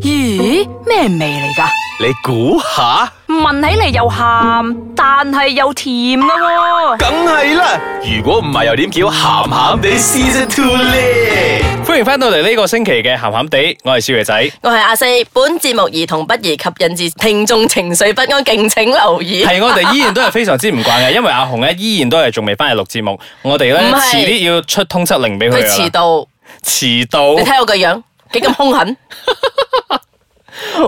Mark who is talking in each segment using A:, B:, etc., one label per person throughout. A: 咦，咩味嚟噶？
B: 你估下，
A: 聞起嚟又鹹，但係又甜噶喎、
B: 梗係啦。如果唔係，又點叫鹹鹹地 Season Two 咧？
C: 歡迎翻到嚟呢個星期嘅鹹鹹地，我係少爺仔。
D: 我係阿四，本節目兒童不宜及引致聽眾情緒不安，敬請留意。
C: 係我哋依然都係非常之唔慣嘅，因為阿紅咧依然都係仲未翻嚟錄節目，我哋咧
D: 唔係
C: 遲啲要出通緝令俾佢
D: 佢
C: 㗎
D: 遲
C: 啦。
D: 到，
C: 遲到
D: 你，睇我個樣幾咁兇狠，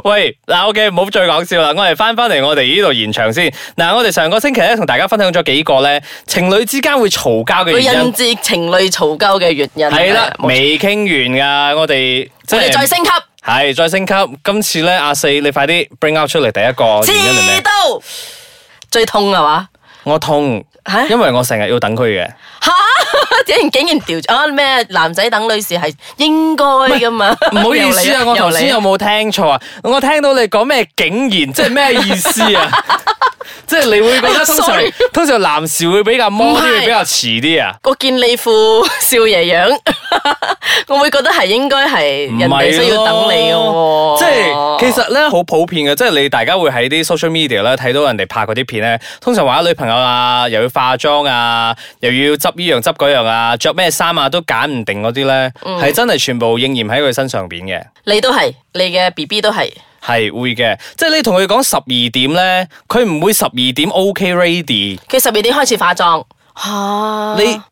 C: 喂，嗱，OK，唔好再講笑啦，我哋翻翻嚟我哋呢度現場先。嗱，我哋上個星期咧同大家分享咗幾個咧情侶之間會嘈交嘅
D: 會
C: 原
D: 引
C: 因，
D: 致情侶嘈交嘅原因。
C: 係啦，
D: 冇
C: 未傾完啊噶，我哋即
D: 我哋再
C: 係
D: 升級，
C: 係再升級。今次咧，阿四你快啲 bring out 出嚟第一個原因係
D: 遲
C: 咩？
D: 到最痛係嘛？
C: 我痛
D: 嚇，
C: 因為我成日要等佢嘅。
D: 吓， 竟然竟然調啊咩男仔等女士係應該噶嘛？
C: 唔好意思啊，
D: 又嚟
C: 我頭先
D: 又
C: 有
D: 嚟
C: 冇聽錯啊？我聽到你講咩竟然，即係咩意思啊？ 即係你會覺 得通常
D: Sorry
C: 通常男士會比較
D: 唔
C: m 啲，
D: 係
C: 會比較遲啲啊？
D: 我見你副少爺樣， 我會覺得係應該係
C: 唔
D: 人哋
C: 係
D: 需要等你嘅
C: 咯
D: 喎。
C: 即係其實咧好普遍嘅，即係你大家會喺啲 social media 咧睇到人哋拍嗰啲片咧，通常話女朋友啊，又要化妝啊，又要執呢樣執嗰樣啊，着咩衫啊都揀唔定嗰啲咧，
D: 嗯
C: 係真係全部應驗喺佢身上邊嘅。
D: 你都係，你嘅 B B 都係，
C: 係會嘅，即係你同佢講十二點咧，佢唔會十二點 OK ready。
D: 佢十二點開始化妝。吓、
C: 你
D: 啊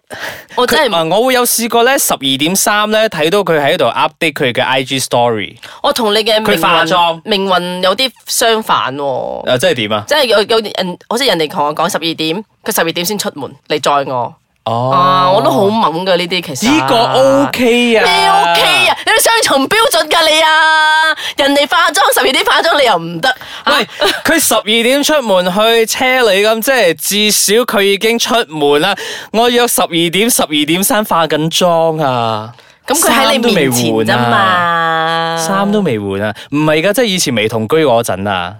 D: 我真
C: 佢
D: 係
C: 啊，我會有試過咧，十二點三咧睇到佢喺度 update 佢嘅 IG story，
D: 我同你嘅
C: 佢
D: 命
C: 化妝
D: 運命運有啲相反喎、
C: 啊，即係點啊？
D: 即係有有人，好似人哋同我講十二點，佢十二點先出門嚟載我。啊，
C: 哦，
D: 我都好猛噶呢啲其實。
C: 呢個 OK 啊，
D: 你 OK 啊？你都雙重標準㗎你啊！人哋化妝十二點化妝，你又唔得。啊
C: 喂，佢十二點出門去車你咁，即係至少佢已經出門啦。我約十二點、十二點三化緊妝啊，
D: 咁佢喺你面前啫
C: 衫
D: 嘛，
C: 都未換啊，衫都未換啊，唔係噶，即係以前未同居嗰陣 啊。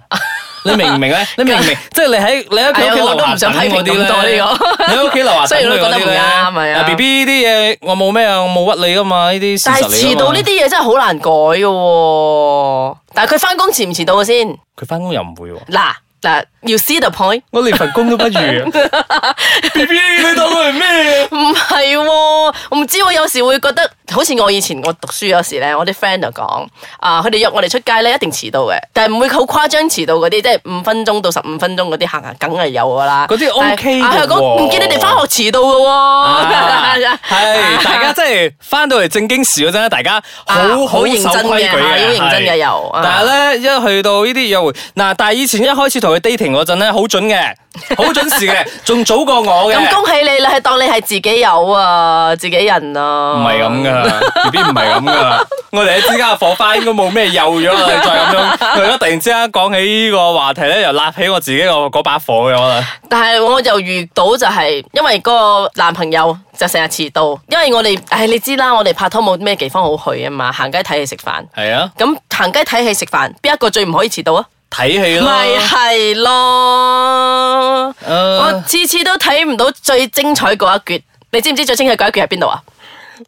C: 你明唔明咧？你明唔明？即係你喺你喺佢屋企
D: 哎呀
C: 樓
D: 我都唔
C: 下
D: 想
C: 等嗰啲
D: 批評咁多
C: 咧，
D: 呢 個
C: 你喺屋企樓 下等
D: 雖然
C: 佢
D: 我覺
C: 嗰
D: 得
C: 啲
D: 唔
C: 咧，
D: 啱係啊
C: B B 啲嘢我冇咩啊，我冇屈你噶嘛，呢啲事
D: 但係
C: 實嚟
D: 遲
C: 㗎嘛
D: 到呢啲嘢真係好難改嘅喎、但係佢翻工遲唔遲到嘅先？
C: 佢翻工又唔會喎。
D: 嗱嗱，要 see the point。
C: 我連份工都不如。B 啊 B，你當我係咩啊？
D: 唔係喎，我唔知我有時會覺得，好似我以前我讀書有時咧，我啲 friend 就講，啊佢哋約我哋出街咧一定遲到嘅，但係唔會好誇張遲到嗰啲，即係五分鐘到十五分鐘嗰啲行行梗係有噶啦。
C: 嗰啲 OK 嘅喎
D: 但係啊佢講唔見你哋翻學遲到 嘅喎，
C: 啊係大家真係翻到嚟正經事嗰陣咧，大家好
D: 啊
C: 好
D: 好認
C: 守
D: 真嘅
C: 規矩
D: 係
C: 嘅，
D: 好認真嘅
C: 係
D: 又啊
C: 但係咧，一去到呢啲約會，嗱，但係以前一開始同佢 dating 嗰陣咧，好準嘅，好準時 嘅，仲早過我嘅。
D: 咁恭喜你啦，係當你係自己有啊，自己人啊，
C: 唔係咁。噶，B B 唔係咁噶。我哋之間嘅火花應該冇咩幼咗啦，再咁 樣，佢而家突然之間講起呢個話題咧，又揦起我自己個嗰把火咗啦。
D: 但係我就遇到就係、因為個男朋友就成日遲到，因為我哋，唉，你知啦，我哋拍拖冇咩地方好去啊嘛，行街睇戲食飯。
C: 係啊，
D: 咁行街睇戲食飯，邊一個最唔可以遲到啊？
C: 睇戲咯。
D: 咪係咯，我
C: 誒，
D: 次次都睇唔到最精彩嗰一橛。你知唔知最精彩嗰一橛喺邊度啊？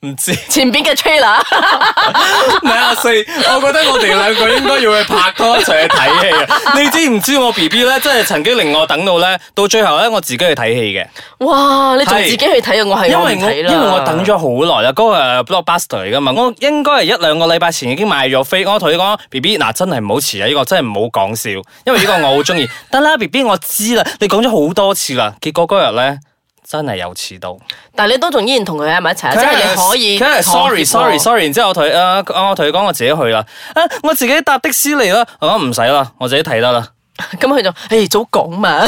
C: 唔知。
D: 前邊嘅 trailer，
C: 唔係啊阿四，我覺得我哋兩個應該要去拍拖一齊去睇戲 啊！你知唔知我 B B 咧，真係曾經令我等到咧，到最後咧，我自己去睇戲嘅。
D: 哇！你仲
C: 係
D: 自己去睇啊？我係
C: 因
D: 我
C: 為
D: 唔
C: 我
D: 睇
C: 因
D: 啦，
C: 為我等咗好耐啦，嗰、個係 blockbuster 嚟噶嘛，我應該係一兩個禮拜前已經買咗飛。我同你講，B B 嗱真係唔好遲啊！呢、個真係唔好講笑，因為呢個我好中意。得啦，B B 我知啦，你講咗好多次啦，結果嗰日咧。真係有遲到，
D: 但係你都仲依然同佢喺埋一齊啊，即係你可以
C: 佢係
D: 妥協喎
C: sorry sorry sorry，然之後我同佢啊，我同佢講我自己去啦，啊我自己搭的士嚟啦，啊我講唔使啦，我自己睇得啦。
D: 咁佢就誒早講嘛，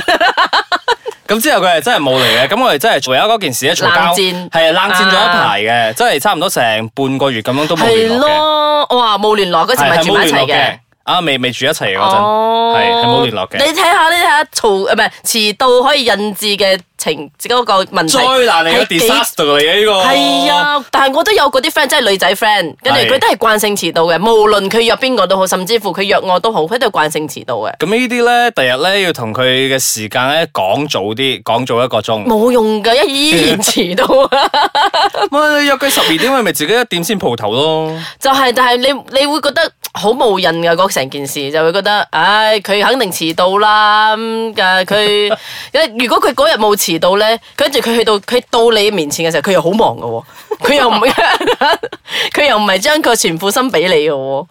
C: 咁之後佢係真係冇嚟嘅，咁我哋真係唯有嗰件事咧嘈交，
D: 冷戰啊
C: 係冷戰咗一排嘅，真係差唔多成半個月咁樣都冇聯
D: 係
C: 絡嘅，
D: 咯，我話冇聯絡嗰時咪
C: 係
D: 住埋一齊
C: 係冇聯絡
D: 嘅
C: 嘅。啊未未住一齊嘅嗰陣，
D: 哦，
C: 係係冇聯絡嘅。
D: 你睇下呢，睇下嘈，唔係遲到可以引致嘅情嗰個問題
C: 災難嚟嘅
D: 係幾
C: disaster 嚟嘅呢個。
D: 係，啊，但係我都有嗰啲 friend 真係女仔 friend，跟住
C: 係
D: 佢都係慣性遲到嘅，無論佢約邊個都好，甚至乎佢約我都好，佢都係慣性遲到嘅，
C: 咁呢啲咧，第日咧要同佢嘅時間咧講早啲，講早一個鐘。
D: 冇用噶，一依然遲到啊！
C: 咁啊你約佢十二點，咪咪自己一點先蒲頭咯。
D: 就係、但係你你會覺得好冇癮㗎嗰成件事，就會覺得，唉，佢肯定遲到啦，咁嘅佢， 因為如果佢嗰日冇遲到咧，跟住佢去到佢到你面前嘅時候，佢又好忙㗎喎，佢又唔 佢又唔係將佢全副心俾你㗎喎，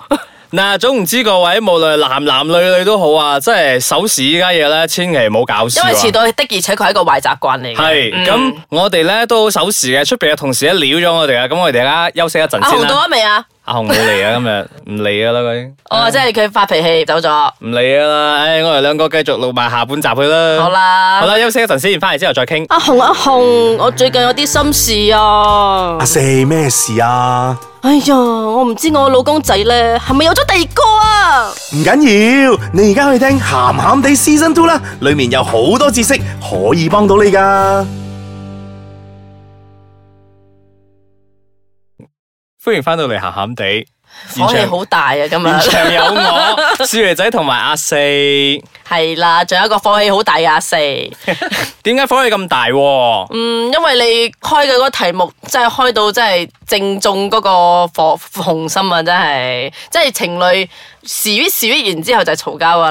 C: 嗱，總唔知各位，無論男男女女都好啊，即係守時依家嘢咧，千祈唔好搞事
D: 因
C: 啊。
D: 為遲到的而且確係一個壞習慣嚟嘅。
C: 係
D: 嗯
C: 咁，我哋咧都好守時嘅，出邊嘅同事咧撩咗我哋啦，咁我哋而家休息一陣
D: 阿
C: 先
D: 紅到
C: 啦。
D: 咗未啊？
C: 阿紅冇嚟啊，今日唔嚟噶啦佢，
D: 哦，即係佢發脾氣走咗，
C: 唔嚟噶啦，唉，我哋兩個繼續錄埋下半集去啦。
D: 好，啦。
C: 好啦，休息一陣先，翻嚟之後再傾。
D: 阿紅阿紅，我最近有啲心事啊
E: 阿！四咩事啊？
D: 哎呀，我唔知我老公仔咧係咪有咗第二個啊？
E: 唔緊要，你而家去聽鹹鹹地 Season Two 啦，裏面有好多知識可以幫到你噶。
C: 歡迎翻到嚟鹹鹹地，現
D: 火氣
C: 場
D: 好大啊！今日
C: 現場有 我少爺仔同埋阿四，點
D: 係啦，仲有一個火氣好大嘅阿四。
C: 解火氣咁大喎？
D: 嗯，因為你開嘅嗰個題目真係開到真係正中嗰個火紅心啊！真係，即係情侶 sweet sweet 完之後就係嘈交噶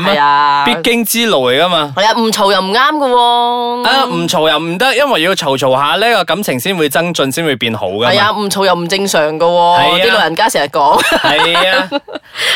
C: 係啱
D: 係
C: 啊，
D: 啊，
C: 必經之路嚟噶嘛。
D: 係啊，唔嘈又唔啱噶喎。
C: 啊，唔嘈又唔得，因為要嘈嘈下呢個感情先會增進，先會變好噶
D: 係啊，
C: 嘛。
D: 唔嘈又唔正常噶
C: 係啊
D: 喎，啲老人家成日講。
C: 係 啊，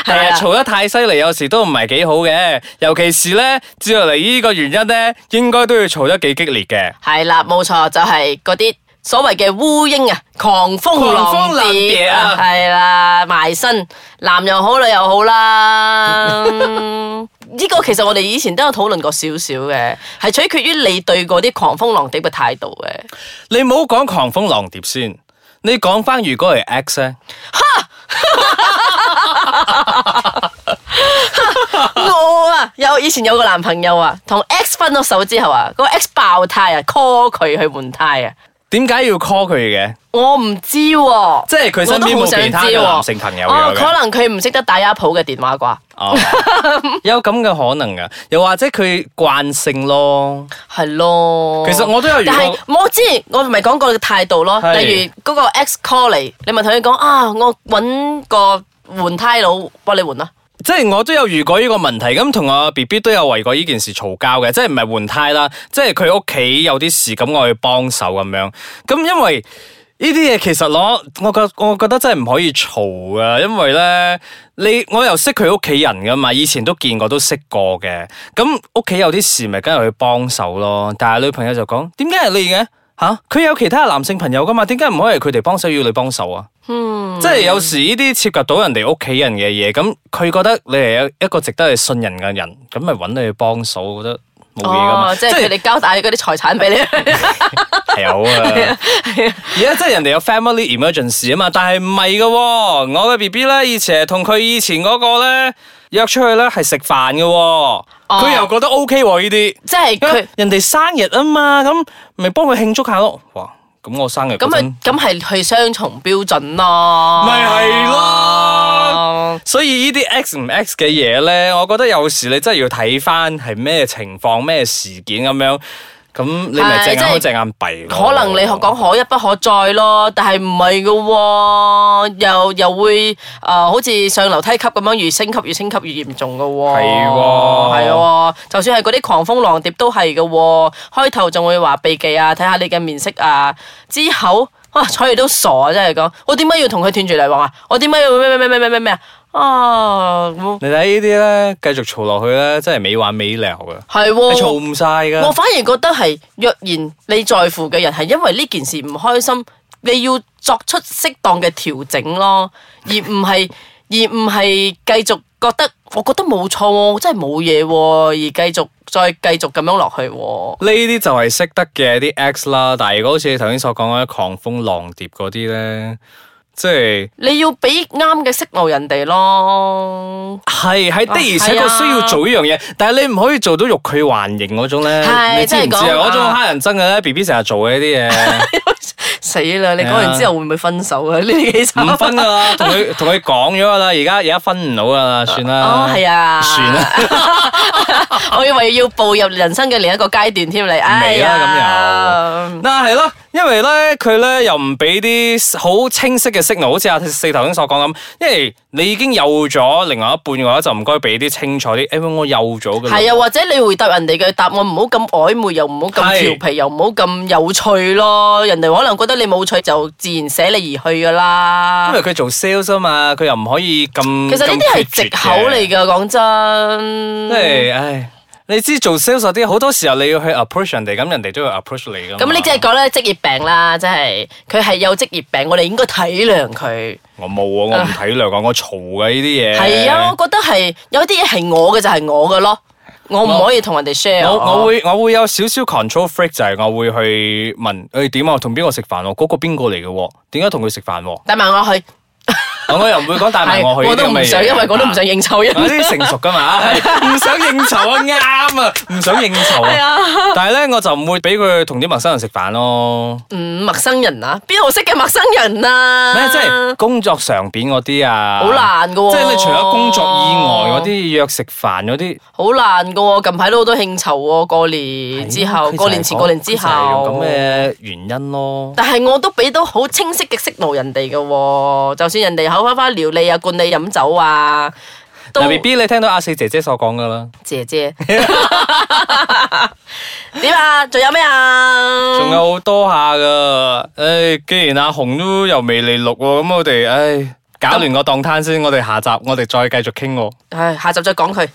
C: 但係嘈得太犀利，有時都唔係幾好嘅。尤其是咧，接落嚟呢個原因咧，應該都要嘈得幾激烈嘅。
D: 係啦，冇錯，就係嗰啲所謂嘅烏蠅啊，狂風
C: 狂風
D: 浪
C: 浪
D: 蝶
C: 蝶啊，
D: 啊係啦，埋身，男又好，女又 好啦。嗯呢個其實我哋以前都有討論過少少嘅，係取決於你對嗰啲狂風浪蝶嘅態度嘅。
C: 你唔好講狂風浪蝶先，你講翻如果係 X 咧，
D: 我啊，有以前有個男朋友啊，同 X 分咗手之後啊，個 X 爆胎啊，call 佢去換胎啊，
C: 點解要 call 佢嘅？
D: 我唔知喎、
C: 即係佢身邊冇其他
D: 我都好想知
C: 嘅
D: 喎
C: 男性朋友
D: 哦
C: 有，嘅
D: 可。能佢唔識得打家譜嘅電話啩。
C: 哦，有咁嘅可能噶，又或者佢慣性咯。
D: 系咯，
C: 其實我都有遇過
D: 但係我知，我咪講過嘅態度咯。
C: 係
D: 例如嗰個 ex call 嚟，你咪同佢講啊，我揾個換胎佬幫你換啊啦。
C: 即係我都有遇過呢個問題，咁同我 B B 都有為過呢件事嘈交嘅，即係唔係換胎啦，即係佢屋企有啲事，咁我去幫手咁樣。咁因為呢啲嘢其實攞，我覺我覺得真係唔可以嘈噶，因為咧你我又識佢屋企人噶嘛，以前都見過都識過嘅。咁屋企有啲事咪梗係去幫手咯，但係女朋友就講點解係你嘅？吓，佢、有其他男性朋友噶嘛？點解唔可以係佢哋幫手，要你幫手啊？
D: 嗯
C: 即係有時呢啲涉及到人哋屋企人嘅嘢，咁佢覺得你係一個值得去信任嘅人，咁咪揾你去幫手，我覺得冇嘢噶嘛。
D: 哦，即係佢哋交代嗰啲財 產俾你。
C: 係有 啊，而家即係人哋有 family emergency 啊嘛，但係唔係噶喎，我嘅 B B 咧以前係同佢以前嗰個咧約出去咧係食飯嘅喎，佢又覺得 O K 喎呢啲，
D: 即係哦佢
C: 人哋生日啊嘛，咁咪幫佢慶祝下咯。哇，咁我生日
D: 咁
C: 嗰陣
D: 咪。咁係去雙重標準咯。
C: 咪係
D: 哦
C: 咯。所以呢啲 X 唔 X 嘅嘢咧，我覺得有時你真係要睇翻係咩情況、咩事件咁樣，咁你咪
D: 係
C: 隻眼開
D: 即
C: 隻
D: 係
C: 眼閉咯。
D: 可能你學講可一不可再咯，但係唔係嘅喎，又又會誒、呃好似上樓梯級咁樣，越升級越升級越嚴重嘅喎。
C: 係喎
D: 係喎，就算係嗰啲狂風浪蝶都係嘅喎，開頭仲會話避忌啊，睇下你嘅面色啊，之後哇睬你都傻啊，真係講，我點解要同佢斷絕嚟往啊？我點解要咩咩咩咩咩咩咩啊？啊，咁
C: 你睇呢啲咧，繼續嘈落去咧，真係美玩美聊噶，
D: 係
C: 你
D: 喎。
C: 嘈唔晒
D: 哦我
C: 噶。
D: 反而覺得係，若然你在乎嘅人係因為呢件事唔開心，你要作出適當嘅調整咯，而唔係而唔係繼續覺得我覺得冇錯喎，我真係冇嘢喎，而繼續再繼續咁樣落去喎。
C: 呢啲就係識得嘅啲 X 啦，但係如果好似你頭先所講嗰啲狂風浪蝶嗰啲咧，即係
D: 你要俾啱嘅 signal 人哋咯。
C: 係係的，而且
D: 係
C: 確
D: 啊
C: 需要做呢樣嘢，但係你唔可以做到欲拒還迎嗰種咧。
D: 係
C: 你知唔
D: 即係
C: 知
D: 講
C: 啊？嗰種黑人憎嘅咧，B B 成日做嘅呢啲嘢。
D: 死啦！你講完之後會唔會分手啊？呢啲幾 慘
C: 啊唔分噶啦，同佢同佢講咗噶啦，而家而家分唔到噶啦，算啦。
D: 哦，係啊，
C: 算啦，
D: 我以為要步入人生嘅另一個階段添，你哎
C: 未啦
D: 呀，
C: 嗱係啦，因為咧佢咧又唔俾啲好清晰嘅 signal，好似阿四頭先所講咁，因為你已經有咗另外一半嘅話，就唔該俾啲清楚啲。誒，我有咗嘅啦。
D: 係啊，或者你回答人哋嘅答案唔好咁曖昧，又唔好咁
C: 係
D: 調皮，又唔好咁有趣咯。人哋可能覺得你冇趣，就自然捨你而去噶啦
C: 因為。佢做 sales 啊嘛，佢又唔可以咁。
D: 其實呢啲係藉口嚟
C: 嘅，
D: 㗎，講
C: 即
D: 真。
C: 係唉，你知做 sales 嗰啲好多時候你要去 approach 人哋，咁人哋都要 approach 你噶。
D: 咁呢只係講咧職業病啦，即係佢係有職業病，我哋應該體諒佢。
C: 我冇啊，我唔體諒啊，我嘈嘅呢啲嘢。
D: 係啊，我覺得係有啲嘢係我嘅就係我嘅咯，我唔可以同人哋 share。
C: 我我會我會有少少 control freak，就係我會去問誒點啊，同邊個食飯喎？嗰、個邊個嚟嘅喎？點解同佢食飯喎？
D: 帶埋我去，
C: 我又唔會講帶埋我去呢
D: 係
C: 啲
D: 我都
C: 咁嘅嘢，
D: 唔想，因為我都唔想 應酬人。
C: 啊。呢啲成熟噶嘛， 係唔想應酬啊，啱啊，唔想應酬啊。但係咧，我就唔會俾佢同啲陌生人食飯咯。
D: 嗯，陌生人啊，邊度識嘅陌生人
C: 咩
D: 啊？
C: 即係工作上邊嗰啲啊，
D: 好難㗎喎
C: 即係你除咗工作以外嗰啲約食飯嗰啲。
D: 好難噶喎，近排都好多應酬喎，過
C: 啊
D: 年之
C: 哎
D: 後，過年前、過年之後
C: 咁嘅原因咯。
D: 但係我都俾到好清晰嘅 signal 人哋嘅喎，就算人哋口花花撩你啊、灌你飲酒啊，都
C: 嗱，B B，你聽到阿四姐姐所講噶啦，
D: 姐姐 點啊？仲有咩啊？
C: 仲有好多下噶。唉，既然阿紅都又未嚟錄喎，咁我哋唉搞亂個檔攤先，我哋下集我哋再繼續傾喎。
D: 唉，下集再講佢。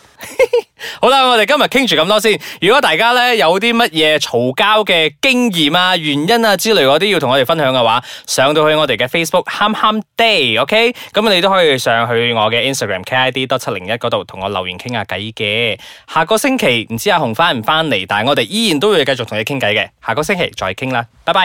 C: 好啦，我哋今日傾住咁多先。如果大家咧有啲乜嘢嘈交嘅經驗啊、原因啊之類嗰啲要同我哋分享嘅話，上到去我哋嘅 Facebook 喊喊 day，OK？、咁你都可以上去我嘅 Instagram KID 多七零一嗰度同我留言傾下偈嘅。下個星期唔知阿紅翻唔翻嚟，但係我哋依然都會繼續同你傾偈嘅。下個星期再傾啦，拜拜。